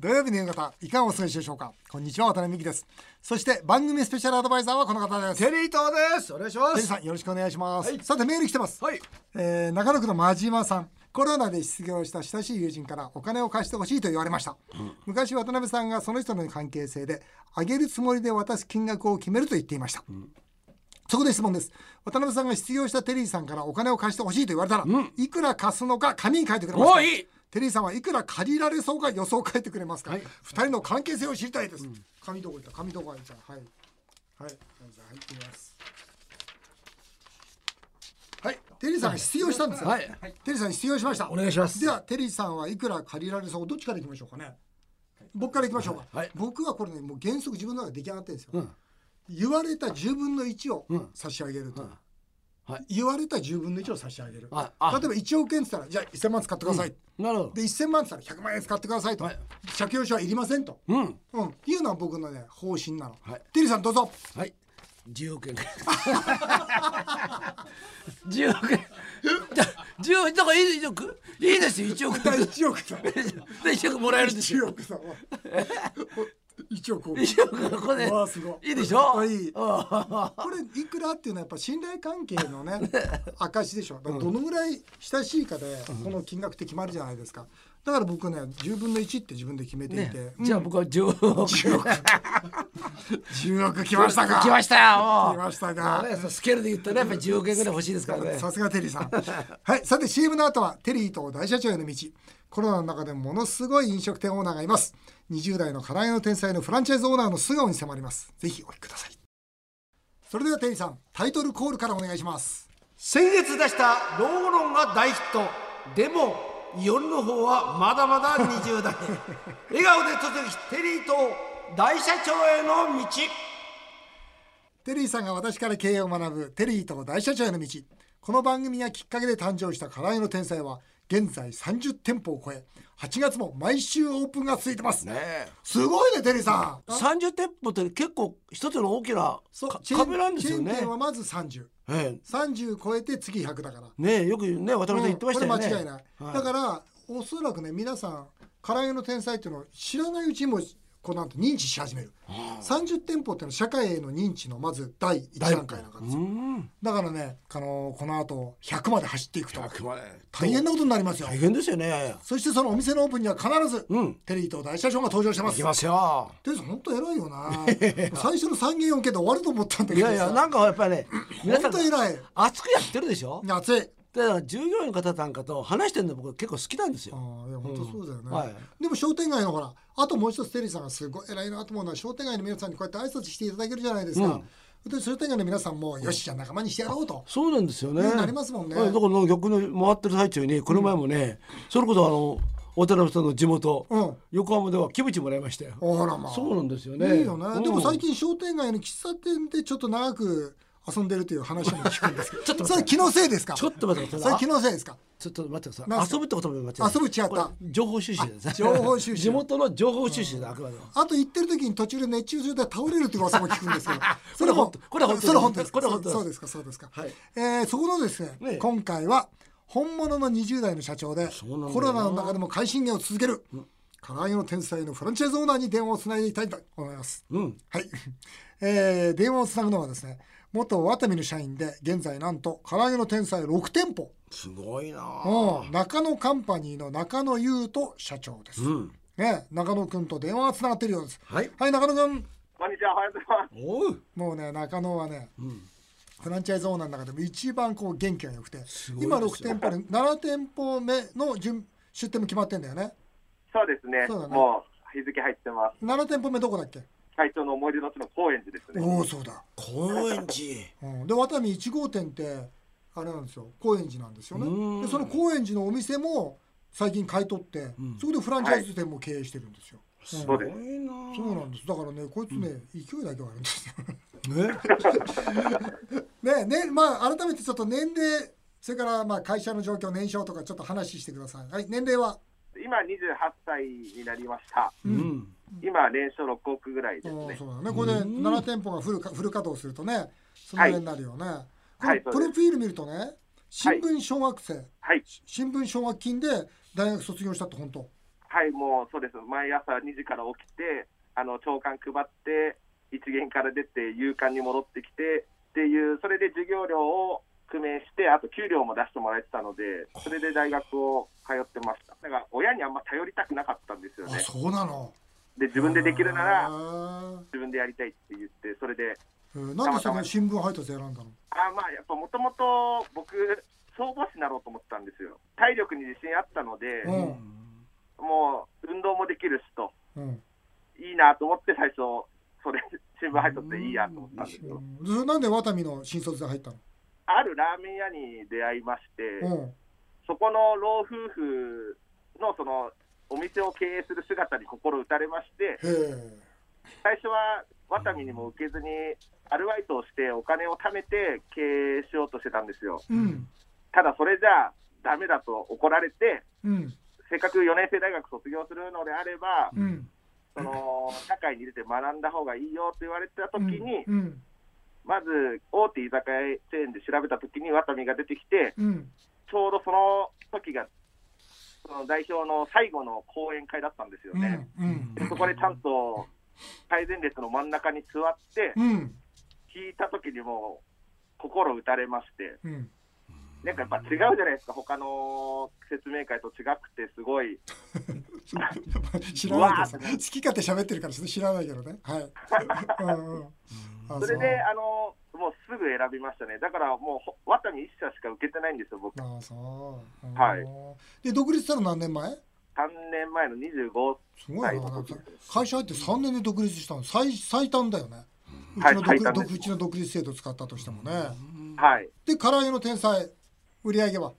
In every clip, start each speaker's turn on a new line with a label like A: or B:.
A: 土曜日の夕方いかがお過ごしでしょうかこんにちは渡辺美希ですそして番組スペシャルアドバイザーはこの方です
B: テリー東ですお願いしま
A: テリー
B: す
A: さんよろしくお願いします、
B: はい
A: さてメール来てます、
B: はい
A: えー中野区の真島さんコロナで失業した親しい友人からお金を貸してほしいと言われました、昔渡辺さんがその人の関係性であげるつもりで渡す金額を決めると言っていました、そこで質問です渡辺さんが失業したテリーさんからお金を貸してほしいと言われたら、いくら貸すのか紙に書いてくれます
B: お
A: か
B: ーいい
A: テリーさんはいくら借りられそうか予想を書いてくれますか、
B: は
A: 二
B: い
A: 人の関係性を知りたいです、紙どこ行った紙どこ行ったはいはいじゃあはい行きますはいテリーさんが失業したんですよ、
B: はい
A: テリーさん失業しました
B: お願いします
A: ではテリーさんはいくら借りられそうどっちからいきましょうかね僕からいきましょうか、
B: はいはい
A: 僕はこれねもう原則自分の中で出来上がってるんですよ、
B: うん
A: 言われた10分の1を
B: うん
A: 差し上げると、
B: うんはい
A: 言われた10分の1を差し上げる例え
B: あ
A: ば
B: あ
A: 1億円って言ったらじゃあ1000万使ってください、
B: なるほど
A: で1000万って言ったら100万円使ってくださいと、
B: はい
A: 借用書はいりませんと、
B: うん
A: うん、いうのは僕のね方針なの、
B: はい
A: テリーさんどうぞ
B: はい10億円 10億円10億円だからいいですよくいいですよ1億
A: 第
B: 円
A: 1億さん
B: で1億もらえるんです
A: 1
B: よ
A: 億さんは1 億を
B: 1億ここで
A: わあすごい
B: いいでしょ
A: あいい
B: あ
A: これいくらっていうのはやっぱ信頼関係の ね証でしょだからどのぐらい親しいかでこの金額って決まるじゃないですかだから僕ね10分の1って自分で決めていて、
B: ね
A: うん
B: じゃあ僕は10億
A: 10億 10億来ましたか
B: 来ましたよもう
A: 来ました
B: あ
A: か
B: れスケールで言ったらやっぱり10億円ぐらい欲しいですからね
A: さすがテリーさ んはいさて CM の後はテリーと大社長への道コロナの中でものすごい飲食店オーナーがいます20代の唐揚げの天才のフランチャイズオーナーの素顔に迫りますぜひお聞きくださいそれではテリーさんタイトルコールからお願いします
B: 先月出した「老論」が大ヒットでも夜の方はまだまだ20代 笑顔で続きテリーと大社長への道
A: テリーさんが私から経営を学ぶテリーと大社長への道この番組がきっかけで誕生した唐揚げの天才は現在30店舗を超え8月も毎週オープンが続いてます、すごいねテリーさん
B: 30店舗って結構一つの大きなか
A: チェーン
B: 壁なんです
A: チェ
B: よ
A: ーン
B: ね
A: 店はまず3030
B: ええ
A: 超えて次100だから
B: ねえよくね渡辺さん言ってました
A: うんこれ間違
B: よね、
A: いない、
B: はい
A: だからおそらくね皆さん唐揚げの天才っていうのを知らないうちにもこうなんて認知し始める、30店舗っていうのは社会への認知のまず第一段階なんですよ
B: うん
A: だからね、あのこの後100まで走っていくと大
B: 大
A: 変なことになりますよ
B: 大変ですよね
A: そしてそのお店のオープンには必ず、
B: うん
A: テリーと大社長が登場してま
B: い
A: す
B: きますよ
A: テリーさん本当偉いよな 最初の3軒4軒で終わると思ったんだ
B: い
A: けど
B: や
A: さ
B: いやなんかやっぱりね皆さ
A: 本
B: ん
A: 当偉い
B: 熱くやってるでしょ
A: 熱い
B: だから従業員の方なんかと話してるの僕結構好きなんです
A: あ
B: よ
A: あいや本当そうだよね、
B: うんはい
A: でも商店街のほらあともう一つテリーさんがすごい偉いなと思うのは商店街の皆さんにこうやって挨拶していただけるじゃないですか、で商店街の皆さんもよしじゃあ仲間にしてやろうと
B: そうなんですよね。
A: ねなりますもんね
B: はいだからなんか逆に回ってる最中にこの前もね、それこそあの渡辺さんの地元、
A: うん
B: 横浜ではキムチもらいましたよ。
A: あらまあ
B: そうなんですよね。
A: いいよね、
B: うん
A: でも最近商店街の喫茶店でちょっと長く遊んでるという話も聞くんですけど
B: ちょっと待って
A: それ気のせいですか
B: ちょっと待ってくだ
A: そ
B: さ
A: れ
B: い。
A: 気のせいですか
B: ちょっと待ってく
A: なん
B: だ
A: すか
B: さい。遊ぶって言葉も間違いない。
A: 遊ぶ違った
B: これ情報収集です。
A: 情報収集
B: 地元の情報収集だあくまでも。
A: あと行ってる時に途中で熱中症で倒れるという噂も聞くんです けど
B: これ本当これ本当
A: それ本当です
B: これ本当です
A: そうそうですかそうですか、
B: はい
A: えーそこのですね
B: ねえ
A: 今回は本物の20代の社長で
B: そうなんだよな
A: コロナの中でも快進撃を続ける唐揚げの天才のフランチャイズオーナーに電話をつないでいきたいと思います
B: うん。
A: はい、 えー電話をつなぐのはですね元ワタミの社員で現在なんと唐揚げの天才6店舗
B: すごいなあ。
A: うん中野カンパニーの中野優斗社長です、
B: うん。
A: ね、中野くんと電話がつながっているようです
B: はい
A: はい中野くん
C: こんにちは、おはようござ
B: お
C: います。
B: う。
A: もうね中野はね、
B: ん
A: フランチャイズオーナーの中でも一番こう元気が良くて
B: ごいですよ
A: 今6店舗で7店舗目の順出店も決まってんだよね
C: そうですね。
A: そうだね
C: もう日付入ってます。
A: 7店舗目どこだっけ
C: 会長の思い出の地の高円寺ですね。
A: おおそうだ、
B: 高円寺。
A: うん、でワタミ1号店ってあれなんですよ高円寺なんですよ
B: うん
A: ねでその高円寺のお店も最近買い取って、
B: ん
A: そこでフランチャイズ店も経営してるんですよ、
B: す
C: ご
B: ご
C: い
B: いなあ。
A: そうなんですだからねこいつね、勢いだけはあるんですよ
B: ね。
A: ねねまあ改めてちょっと年齢それからまあ会社の状況年商とかちょっと話してくださいはい年齢は
C: 今28歳になりました。
B: うん。
C: 今、年商6億ぐらい
A: あ
C: です
A: ー
C: ね
A: そ。うだねこれで
B: うん
A: 7店舗がフルかフル稼働するとねそのぐらいになるよね、こ
C: はい
A: れ
C: そうです
A: プロフィール見るとね新聞奨学生、
C: はい。
A: 新聞奨学金で大学卒業したって本当
C: ははい、もうそうです、毎朝2時から起きて、あの朝刊配って、一元から出て、夕刊に戻ってきてっていう、それで授業料を工面して、あと給料も出してもらえてたので、それで大学を通ってました。だから親にあんま頼りたくなかったんですよ
A: あ
C: ね。
A: そうなの
C: で、自分でできるな
A: へ
C: ら、
A: ー
C: 自分でやりたいって言って、それで、
A: えーなんでその新聞配達選んだの
C: あまあ、やっぱもともと僕、消防士になろうと思ったんですよ。体力に自信あったので、
A: うん
C: もう運動もできるしと。
A: うん
C: いいなと思って最初それ 新聞配達っていいやと思ったんですけど
A: うんそれなんでワタミの新卒で入ったの
C: あるラーメン屋に出会いまして
A: うん
C: そこの老夫婦のそのお店を経営する姿に心打たれまして
A: へえ
C: 最初はワタミにも受けずにアルバイトをしてお金を貯めて経営しようとしてたんですよ
A: うん
C: ただそれじゃあダメだと怒られて
A: うん
C: せっかく4年生大学卒業するのであれば
A: うん
C: その社会に出て学んだ方がいいよと言われてた時に、
A: うん
C: まず大手居酒屋チェーンで調べたときにワタミが出てきて、
A: うん
C: ちょうどその時が、その代表の最後の講演会だったんですよ
A: うん
C: ね。
A: うん
C: でそこでちゃんと最前列の真ん中に座って、
A: うん
C: 聞いたときにもう心打たれまして、
A: うん
C: なんかやっぱ違うじゃないですか、他の説明会と違くて、すごい、
A: 知らないけどさ好き勝手喋ってるからちょっと知らないけどねはい うんうんあ
C: それで、あの、もうすぐ選びましたね。だからもうほ、ワタミ1社しか受けてないんですよ、僕。
A: そうあそううん
C: はい
A: で独立したの何年前
C: 3年前の25
A: すごい
C: はい
A: な会社入って3年で独立したの最最短だよねうち
C: はい
A: の独,、
C: 最短です
A: うちの独立制度使ったとしてもね
C: はい。
A: で唐揚げの天才売り上げは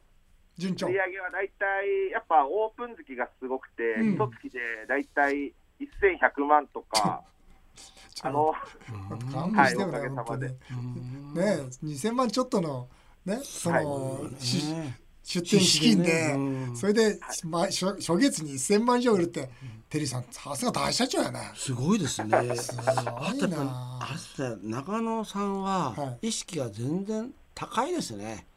A: 順調
C: 売り上げは大体、やっぱオープン月がすごくて、
A: うん
C: 一、月で大体1100万とか、あの、
A: 勘弁してよね、
C: はいお
A: 本当
C: かげ
A: に。
C: さ
A: ねえ、2000万ちょっとの、ね、その、し出店資金で、
B: うん
A: それで、まあ、初初月に1000万以上売るって、テリーさん、さすが大社長やね。
B: すごいですね。
A: ご
B: あ
A: い
B: とやっぱ
A: な
B: あれだ中野さん
A: は
B: は意識が全然高いですね。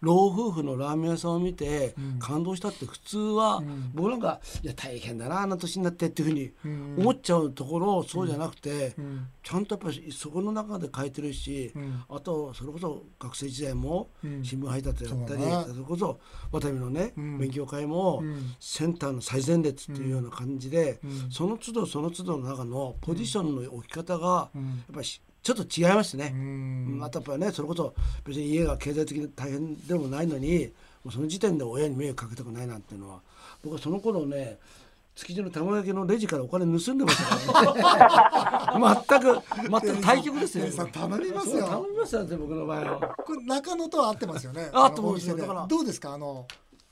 B: 老夫婦のラーメン屋さんを見て
A: ん
B: 感動したって普通は
A: ん
B: 僕なんかいや大変だなあの年になってっていうふう
A: うん
B: に思っちゃうところをそうじゃなくて
A: うん
B: ちゃんとやっぱりそこの中で書いてるし
A: うん
B: あとそれこそ学生時代も
A: うん
B: 新聞配達やったり
A: そうだね
B: それこそ渡辺のね
A: うん
B: 勉強会も
A: うん
B: センターの最前列っていうような感じで、
A: うん
B: その都度その都度の中のポジションの置き方が
A: う
B: や
A: ん
B: っぱりしちょっと違います
A: う
B: ね。
A: ん
B: あとやっぱりねそれこそ別に家が経済的に大変でもないのにもうその時点で親に迷惑かけたくないなんていうのは僕はその頃ね築地の卵焼きのレジからお金盗んでまし たからね全く全く対局ですよ
A: テリーさん、頼みます
B: そう頼
A: よ。
B: みますよ僕の場合は
A: これ、中野とは合ってますよね。
B: 合
A: あ
B: っ
A: の
B: て
A: お
B: ます
A: 店
B: よ
A: で
B: だから
A: どうですか、あの、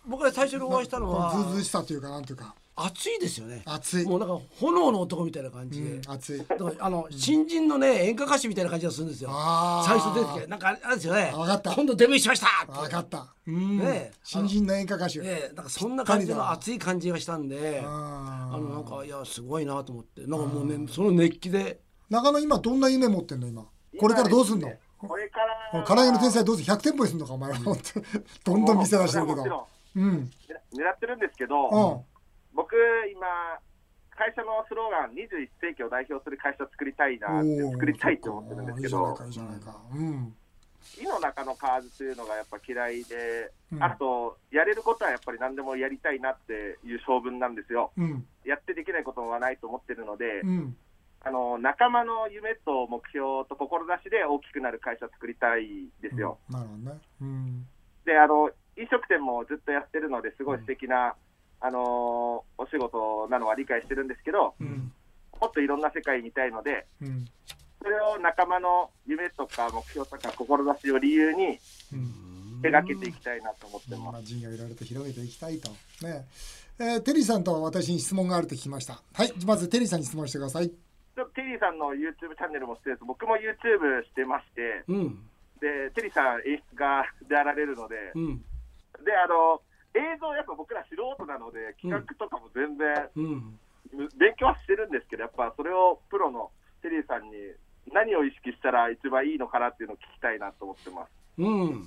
B: 僕が最初にお会いしたのは
A: ずうずうしさというか、なんというか、
B: 暑いですよね
A: 熱い。
B: もうなんか炎の男みたいな感じで、
A: うん熱い。
B: だからあの新人のね演歌歌手みたいな感じがするんですよ
A: あー
B: 最初出てきてなんかあれあれですよね
A: あわかった
B: 今度デビューしましたって
A: わかった。うん
B: ねえ
A: 新人の演歌歌手。
B: ええなんかそんな感じの熱い感じがしたんで
A: あ
B: あ
A: ー
B: のなんかいやすごいなと思ってなんかもうねその熱気で
A: 中野今どんな夢持ってんの今これからどうすんの
C: これから、
A: 唐揚げの天才どうする100店舗にすんのかお前は本当どんどん店出してるけ
C: もちろん
A: どうん
C: 狙ってるんですけど、
A: うん
C: 僕、今、会社のスローガン、21世紀を代表する会社作りたいな
A: お
C: って、
A: ー
C: 作りたいって思ってるんです
A: い
C: け
A: いじゃない
C: ど
A: か、いいじゃないかうん
C: 井の中のカーズというのがやっぱ嫌いで、
A: うん
C: あと、やれることはやっぱり何でもやりたいなっていう性分なんですよ。
A: うん
C: やってできないことはないと思ってるので、
A: うん
C: あの仲間の夢と目標と志で大きくなる会社作りたいですよ。
A: なるほどねうん
C: であの飲食店もずっとやってるのですごい素敵な、あのお仕事なのは理解してるんですけど、
A: うん
C: もっといろんな世界見たいので
A: うん
C: それを仲間の夢とか目標とか志を理由に
A: うん
C: 手がけていきたいなと思ってます。
A: まあ人がいろいろと広げていきたいとねえーテリーさんと私に質問があると聞きましたはいまずテリーさんに質問してください
C: ちょっとテリーさんの YouTube チャンネルもしてです僕も YouTube してまして
B: うん
C: でテリーさん演出家であられるので。
B: うん
C: であの映像やっぱ僕ら素人なので企画とかも全然、
B: うん
C: む勉強はしてるんですけどやっぱそれをプロのテリーさんに何を意識したら一番いいのかなっていうのを聞きたいなと思ってます
B: うん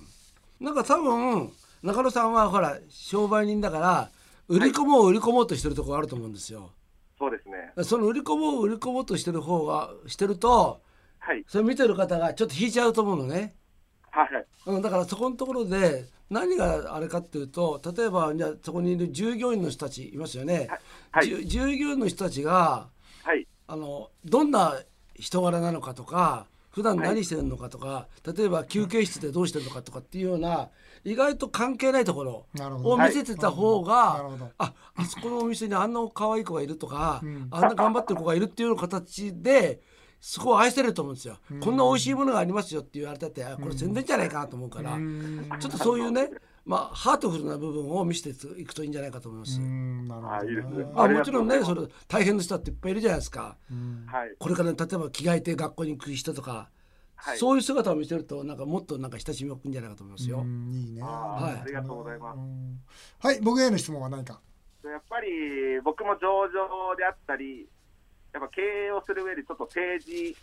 B: なんか多分中野さんはほら商売人だから売り込もう売り込もうとしてるところあると思うんですよ
C: そうですね。
B: その売り込もう売り込もうとしてる方がしてると
C: はい。
B: それ見てる方がちょっと引いちゃうと思うのね
C: はいはい。
B: うん、だからそこのところで何があれかっていうと例えばじゃあそこにいる従業員の人たちいますよね、
C: はい
B: じゅ従業員の人たちが
C: はい。
B: あのどんな人柄なのかとか普段何してるのかとか、例えば休憩室でどうしてるのかとかっていうような意外と関係ないところ
A: なるほど
B: を見せてた方が、
A: はいなるほど
B: ああそこのお店にあんな可愛い子がいるとか、
A: うん
B: あんな頑張ってる子がいるっていうような形でそこを愛せると思うんですよ、こんな美味しいものがありますよって言われたってあこれ全然じゃないかなと思うから、
A: うん
B: ちょっとそういうね、まあ、ハートフルな部分を見せていくといいんじゃないかと思います。
A: うんなるほど
C: あいいですね
B: まあ、
C: あり
B: も
C: が
B: ち
C: と
B: ろ
C: うご
B: ん
C: ざい
B: ね
C: ます
B: それ大変な人だっていっぱいいるじゃないですか。
A: うん
C: はい。
B: これから、例えば着替えて学校に行く人とか、
C: はい
B: そういう姿を見せるとなんかもっとなんか親しみを置くんじゃないかと思いますよ。
A: うんいいね。
C: あ
B: ーはい
C: ありがとうございます
A: うんはい、僕への質問は何か。
C: やっぱり僕も上場であったり、やっぱ経営をする上でちょっと政治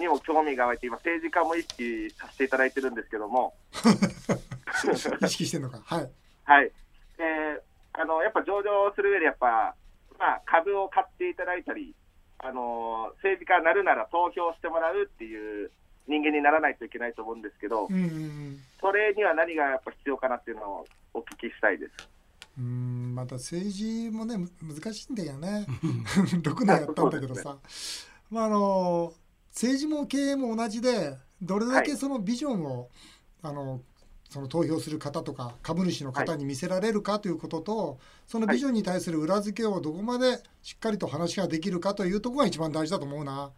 C: にも興味が湧いて、今政治家も意識させていただいてるんですけ ども、
A: 意識してるのか。はい。
C: はい。えーあのやっぱ上場をする上でやっぱまあ株を買っていただいたり、あの政治家になるなら投票してもらうっていう人間にならないといけないと思うんですけど
A: う、ん。
C: それには何がやっぱ必要かなっていうのをお聞きしたいです。
A: うん、また政治もね、む難しいんだよね。6年やったんだけ どさ。まあ、あの、政治も経営も同じで、どれだけそのビジョンを、あの、その投票する方とか株主の方に見せられるかということと、そのビジョンに対する裏付けをどこまでしっかりと話ができるかというところが一番大事だと思うな。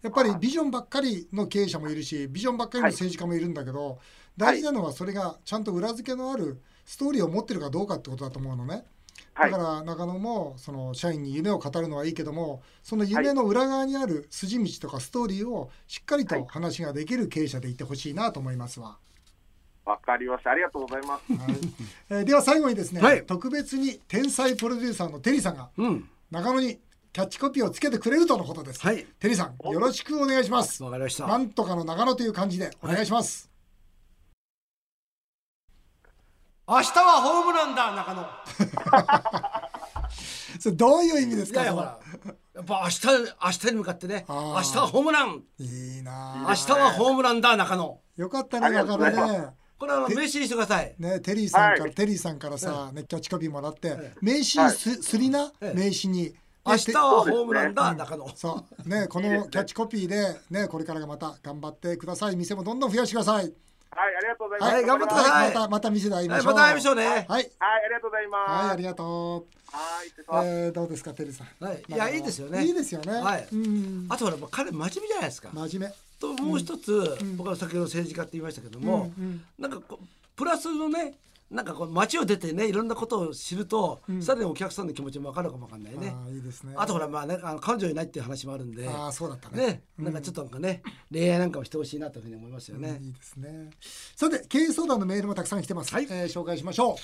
A: やっぱりビジョンばっかりの経営者もいるしビジョンばっかりの政治家もいるんだけど、大事なのはそれがちゃんと裏付けのあるストーリーを持ってるかどうかってことだと思うのね。
C: は
A: だ
C: い
A: か。ら中野もその社員に夢を語るのはいいけどもその夢の裏側にある筋道とかストーリーをしっかり
C: は
A: と
C: い
A: 話ができる経営者でいてほしいなと思いますわ。
C: わかりました。ありがとうございます。
A: はいえーでは最後にですね、
B: はい
A: 特別に天才プロデューサーのテリーさんが
B: うん、
A: 中野にキャッチコピーをつけてくれるとのことです。
B: はい、
A: テリーさんよろしくお願いします。
B: わかりました。
A: なんとかの長野という感じでお願いします。
B: 明日はホームランだ中野。
A: それどういう意味です
B: い
A: か。
B: やいや
A: そ
B: ほ
A: れ
B: ら、やっぱ明日明日に向かってね、
A: あー
B: 明日はホームラン、
A: いいな
B: 明
A: あ。
B: 日はホームランだ中野。
A: よかった
C: あ
A: ね
C: り
A: だ
C: がと
A: か
C: うございます
A: らね。
B: これは名刺にしてください。
A: ね、テリーさんから、
C: はい
A: テリーさんからさ、ね、キャッチコピーもらって、
B: え
A: 名刺にす,、りな、
B: ええ
A: 名刺に。
B: 明日はホームランだ中野。
A: そう ね、このキャッチコピーで、ね、これからがまた頑張ってください。店もどんどん増やしてください。
C: はい、ありがとうございます。
B: はい頑張ってください
A: また、また店で会いま
B: はい
A: しょう。
B: また会いましょうね。
A: はい、
C: はい、ありがとうございます。
A: はい、
C: は
A: ありがとう。
C: い、失礼します。
A: えー、どうですか、テリーさん。
B: はい、いやいいですよね。
A: いいですよね。
B: はい
A: うん、
B: あとほらやっぱ彼真面目じゃないですか。
A: 真面目。
B: ともう一つ、僕は先ほど政治家って言いましたけども、
A: うんうん
B: なんかこうプラスのねなんかこう街を出てねいろんなことを知ると、さらにお客さんの気持ちも分かるかも分かんないね
A: ああ、いいですね。
B: あとほらまあねあの彼女いないっていう話もあるんで
A: ああ、そうだったね。
B: ねなんかちょっとなんかね、恋愛なんかもしてほしいなというふうに思いますよね、
A: いいですね。さて、経営相談のメールもたくさん来てます。
B: はい
A: えー紹介しましょ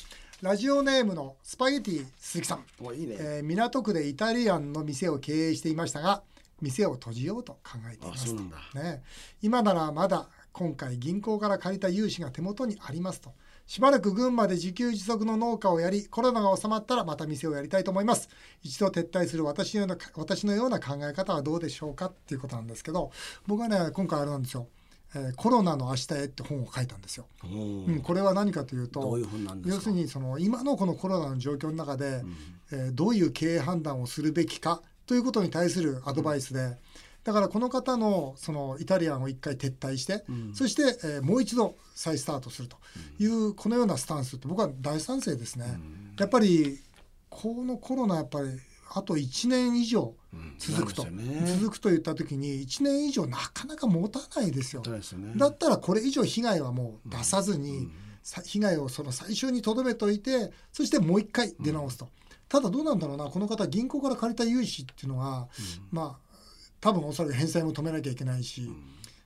A: う。ラジオネームのスパゲティ鈴木さん。
B: もういいね、
A: えー港区でイタリアンの店を経営していましたが店を閉じようと考えてい
B: あ
A: ま
B: そ
A: す
B: う
A: と
B: なんだ
A: ね、今ならまだ今回銀行から借りた融資が手元にありますとしばらく群馬で自給自足の農家をやりコロナが収まったらまた店をやりたいと思います一度撤退する私のような私のような考え方はどうでしょうかっていうことなんですけど僕はね今回あれなんですよ、えーコロナの明日へ」って本を書いたんですよ、
B: お
A: う
B: ー
A: ん、これは何かというと
B: どういう本なんです
A: 要
B: か
A: するにその今のこのコロナの状況の中で、えーどういう経営判断をするべきかということに対するアドバイスで、だからこの方のそのイタリアンを一回撤退して、そして、えーもう一度再スタートするという、このようなスタンスって僕は大賛成ですね。やっぱりこのコロナやっぱりあと1年以上続くと、
B: うんなりますよね
A: 続くといった時に1年以上なかなか持たないですよ。
B: そうですよね
A: だったらこれ以上被害はもう出さずに、さ被害をその最終にとどめといてそしてもう一回出直すと、ただどうなんだろうなこの方銀行から借りた融資っていうのは、まあ多分おそらく返済も止めなきゃいけないし、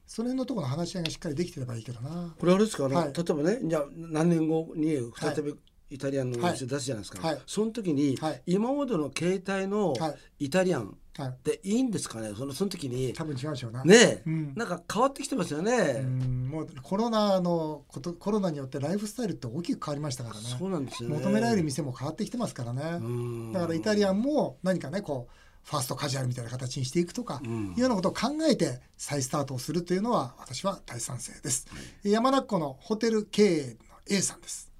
A: その辺のところの話し合いがしっかりできてればいいけどな。
B: これあれですか、あの
A: はい
B: 例えばねじゃあ何年後に再びイタリアンのお店出すじゃないですか、
A: はいはい
B: その時に、
A: はい
B: 今までの携帯の
A: は
B: イタリアン
A: はい
B: でいいんですかねそのその時に
A: 多分違うでしょうな。
B: ねえ、
A: うん
B: なんか変わってきてますよね、
A: うんもうコロナのことコロナによってライフスタイルって大きく変わりましたからね
B: そうなんですよね
A: 求められる店も変わってきてますからね、
B: うん
A: だからイタリアンも何かねこうファーストカジュアルみたいな形にしていくとか、
B: うん
A: いうようなことを考えて再スタートをするというのは私は大賛成です、山中湖のホテル経営の A さんです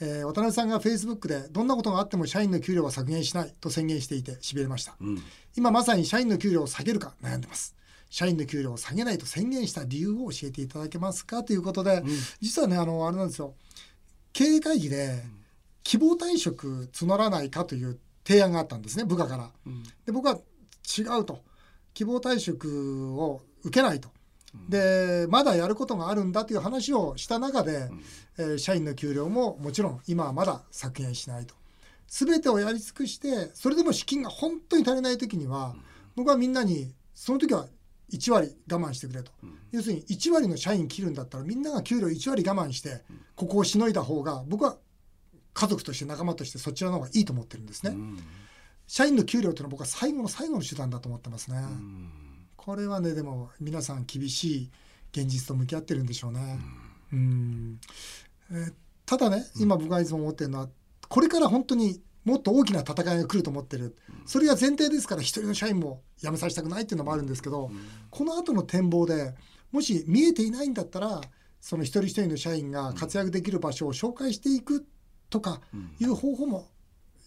A: えー渡辺さんがフェイスブックでどんなことがあっても社員の給料は削減しないと宣言していてしびれました、
B: うん
A: 今まさに社員の給料を下げるか悩んでます社員の給料を下げないと宣言した理由を教えていただけますかということで、実はねあのあれなんですよ経営会議で希望退職募らないかという提案があったんですね部下から。で僕は違うと希望退職を受けないと。でまだやることがあるんだという話をした中で、えー社員の給料ももちろん今はまだ削減しないと全てをやり尽くしてそれでも資金が本当に足りない時には、僕はみんなにその時は1割我慢してくれと、要するに1割の社員切るんだったらみんなが給料1割我慢してここをしのいだ方が僕は家族として仲間としてそちらの方がいいと思ってるんですね、社員の給料というのは僕は最後の最後の手段だと思ってますね、これはねでも皆さん厳しい現実と向き合ってるんでしょうね、うんえーただね今僕がいつも思ってるのはこれから本当にもっと大きな戦いが来ると思ってるそれが前提ですから一人の社員も辞めさせたくないっていうのもあるんですけど、この後の展望でもし見えていないんだったらその一人一人の社員が活躍できる場所を紹介していくとかいう方法も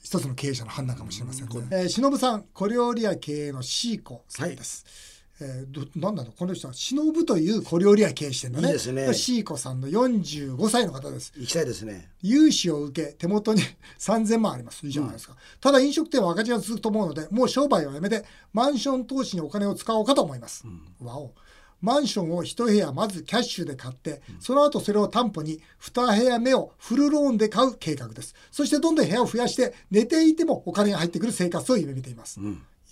A: 一つの経営者の判断かもしれませんね。えー、忍さん、小料理屋経営のシーコさんです。えー、どなんなのこの人は忍という小料理屋経営してんだね。
B: いいですね
A: シーコさんの45歳の方です。
B: 行きたいですね
A: 融資を受け手元に 3000万ありますいいじゃないですか、ただ飲食店は赤字が続くと思うのでもう商売はやめてマンション投資にお金を使おうかと思います、わおマンションを一部屋まずキャッシュで買って、その後それを担保に2部屋目をフルローンで買う計画ですそしてどんどん部屋を増やして寝ていてもお金が入ってくる生活を夢見ています、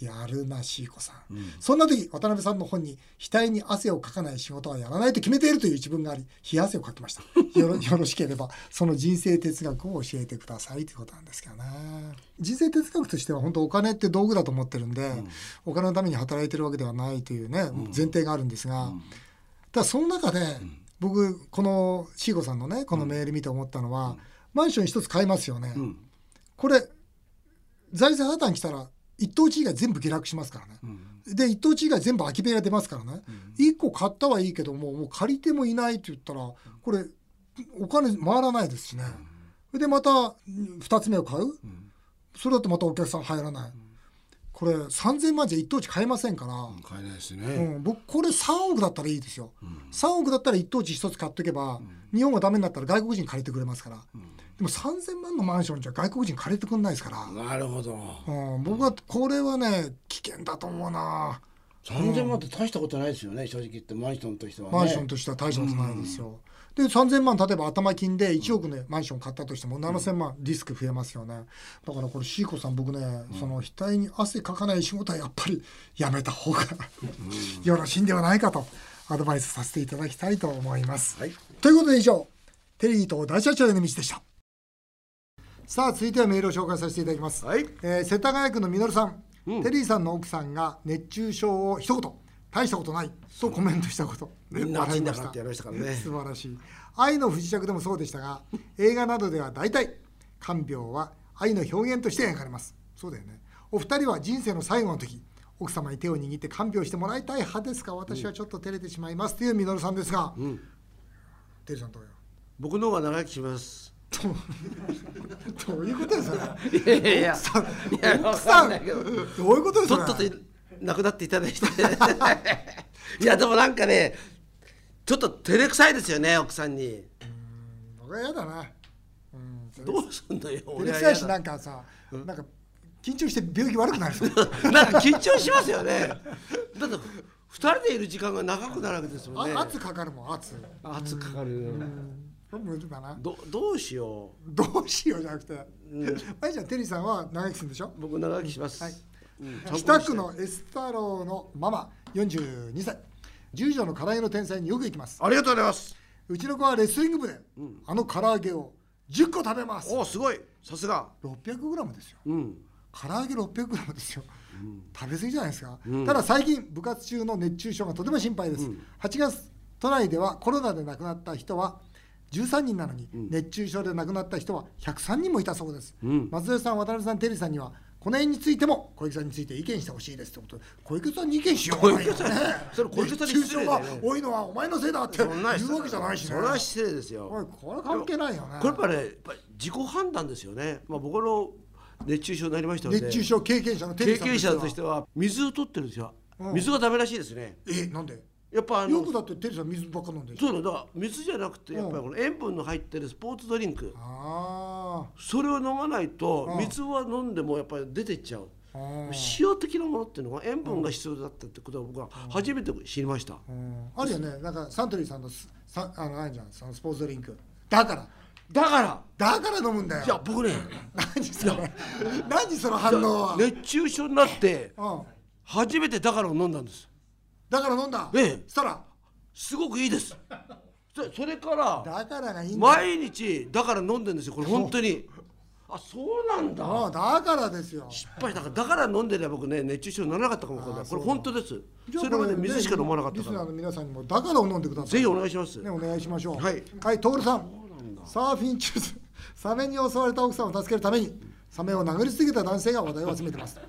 A: やるなシーコさん、そんな時渡辺さんの本に額に汗をかかない仕事はやらないと決めているという一文があり冷や汗をかきました よろよろしければその人生哲学を教えてくださいということなんですけどね人生哲学としては本当お金って道具だと思ってるんで、お金のために働いてるわけではないというね、前提があるんですが、ただその中で、僕このシーコさんのねこのメール見て思ったのは、マンション一つ買いますよね、
B: ん
A: これ財政破綻来たら一等地以外全部下落しますからね、で一等地以外全部空き部屋出ますからね、一個買ったはいいけどももう借りてもいないって言ったらこれお金回らないですしね、それでまたうん二つ目を買う、それだとまたお客さん入らない、これ3000万じゃ一等地買えませんから、
B: 買えないです
A: う
B: ね、
A: ん、僕これ3億だったらいいですよ、3億だったら一等地一つ買っとけば、日本がダメになったら外国人借りてくれますから、でも3000万のマンションじゃ外国人借りてくれないですから、
B: なるほど
A: うん、僕はこれはね危険だと思うな、
B: 3000万って大したことないですよね正直言ってマンションとしてはね
A: マンションとしては大したことないですよ、で3000万例えば頭金で1億のマンション買ったとしても7000万リスク増えますよねだからこれシーコさん僕ね、その額に汗かかない仕事はやっぱりやめた方がよろしいんではないかとアドバイスさせていただきたいと思います、
B: はい
A: ということで以上テリーと大社長への道でしたさあ続いてはメールを紹介させていただきます、
B: はい
A: えー世田谷区のみのるさん、テリーさんの奥さんが熱中症を一言大したことないとコメントしたこと
B: みんな暑いんだから
A: 笑
B: ってやりましたからね
A: 素晴らしい愛の不時着でもそうでしたが映画などでは大体看病は愛の表現として描かれますそうだよねお二人は人生の最後の時奥様に手を握って看病してもらいたい派ですか私はちょっと照れてしまいますというみのるさんですが、テリーさんどうよ
B: 僕の方が長生きします
A: どういうことですか
B: いやいやいや
A: 奥さん
B: わかんないけ
A: ど
B: ど
A: ういうこと です
B: とっ
A: か
B: とと亡くなってい ただいていやでもなんかねちょっと照れくさいですよね奥さんに
A: 僕は嫌だなうん照
B: どうすんのよ
A: れ
B: 俺
A: く
B: は
A: さ
B: 嫌
A: いしなんかさなんか緊張して病気悪くなる
B: だ なんか緊張しますよねだって二人でいる時間が長くなるわけですもんね
A: あ圧かかるもん圧
B: 圧かかる
A: 無理だな
B: どどうしよう
A: どうしようじゃなくて、まいちゃんテリーさんは長生きするんでしょ
B: 僕長生きします、
A: はい
B: うん
A: 北区のエス太郎のママ42歳十条の唐揚げの天才によく行きます
B: ありがとうございます
A: うちの子はレスリング部で、あの唐揚げを10個食べます
B: おおすごいさすが
A: 600g ですよ
D: うん
A: 唐揚げ 600g ですよ、食べ過ぎじゃないですか、
D: ん
A: ただ最近部活中の熱中症がとても心配です、8月都内ではコロナで亡くなった人は13人なのに熱中症で亡くなった人は103人もいたそうです、
D: うん
A: 松田さん渡辺さんテリーさんにはこの辺についても小池さんについて意見してほしいですってことで小池さんに意見しようがないよね
B: それ小池さん
A: 熱
B: に
A: 中
B: 失
A: 症
B: 礼
A: が
B: だよ
A: 多いのはお前のせいだって
B: そ
A: 言
B: んな
A: うわけじゃないしね
B: それは失礼ですよ
A: おいこれ関係ないよね
B: これやっぱねやっぱり自己判断ですよね、まあ、僕の熱中症になりましたので
A: 熱中症経験者のテリー
B: 経
A: さん
B: 験者としてては水を取ってるんですよ、
A: うん
B: 水がダメらしいですね
A: はえなんで
B: やっぱあ
A: よ
B: の
A: くだってテリーさん水ばっか飲んでる
B: そうなんだだから水じゃなくて
A: うん
B: やっぱりこの塩分の入ってるスポーツドリンク
A: あ
B: それを飲まないと
A: うん
B: 水は飲んでもやっぱり出てっちゃう
A: あうん
B: 塩的なものっていうのが塩分が必要だったってことは僕は初めて知りました、
A: うんあるよねなんかサントリーさんのスさあのあるじゃんそのスポーツドリンクだから
B: だから
A: だから飲むんだよ
B: いや僕ね
A: 何それ何その反応は、
B: 熱中症になって
A: うん、
B: 初めてだからを飲んだんです
A: だから飲んだ
B: ええ
A: したら
B: すごくいいですそそれから
A: だからがいいんだよ
B: 毎日だから飲んでんですよこれ本当にあそうなんだ
A: ああだからですよ
B: 失敗だからだから飲んでれば僕ね熱中症にならなかったかもわかんないこれ本当ですそれまで水しか飲まなかった
A: リス
B: か
A: ナー
B: ら
A: の皆さんにもだからを飲んでください
B: ぜひお願いします
A: ね、お願いしましょう。
B: はい、
A: 徹さん。サーフィン中、サメに襲われた奥さんを助けるために、サメを殴りすぎた男性が話題を集めてます。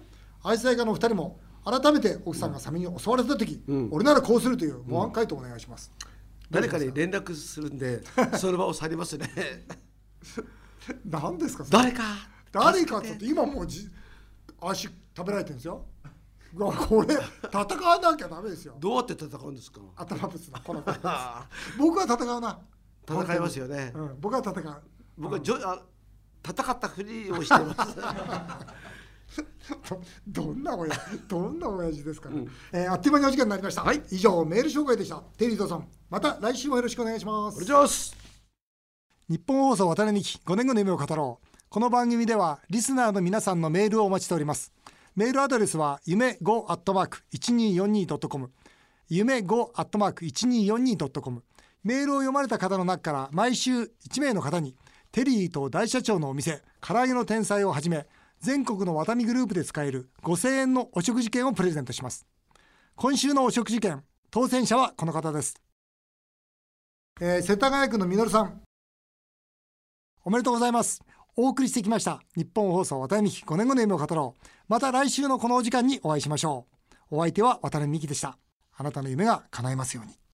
A: 愛妻家のお二人も、改めて奥さんがサメに襲われた時、俺ならこうするという模範回答をお願いします。
B: 誰かに連絡するんでその場を去りますね
A: 何ですか。それ
B: 誰か
A: 誰かって言って、今もうじ、足食べられてるんですよ。うわこれ、戦わなきゃダメですよ。
B: どうやって戦うんですか
A: 頭ぶつな、この子です。 僕は戦うな。
B: 戦いますよね
A: うん、僕は戦う。
B: 僕はじょあ戦ったふりをしてます
A: ど どんな親どんな親父ですかね、えーあっという間にお時間になりました、以上メール紹介でしたテリー伊藤さんまた来週もよろしくお願いします
B: お願いします
A: 日本放送渡辺美希5年後の夢を語ろうこの番組ではリスナーの皆さんのメールをお待ちしておりますメールアドレスは夢 5-1242.com 夢 5-1242.com メールを読まれた方の中から毎週1名の方にテリーと大社長のお店唐揚げの天才をはじめ全国のワタミグループで使える5000円のお食事券をプレゼントします今週のお食事券当選者はこの方です、えー世田谷区のみのるさんおめでとうございます。お送りしてきました。日本放送渡辺美希5年後の夢を語ろう。また来週のこのお時間にお会いしましょう。お相手は渡辺美希でした。あなたの夢が叶いますように。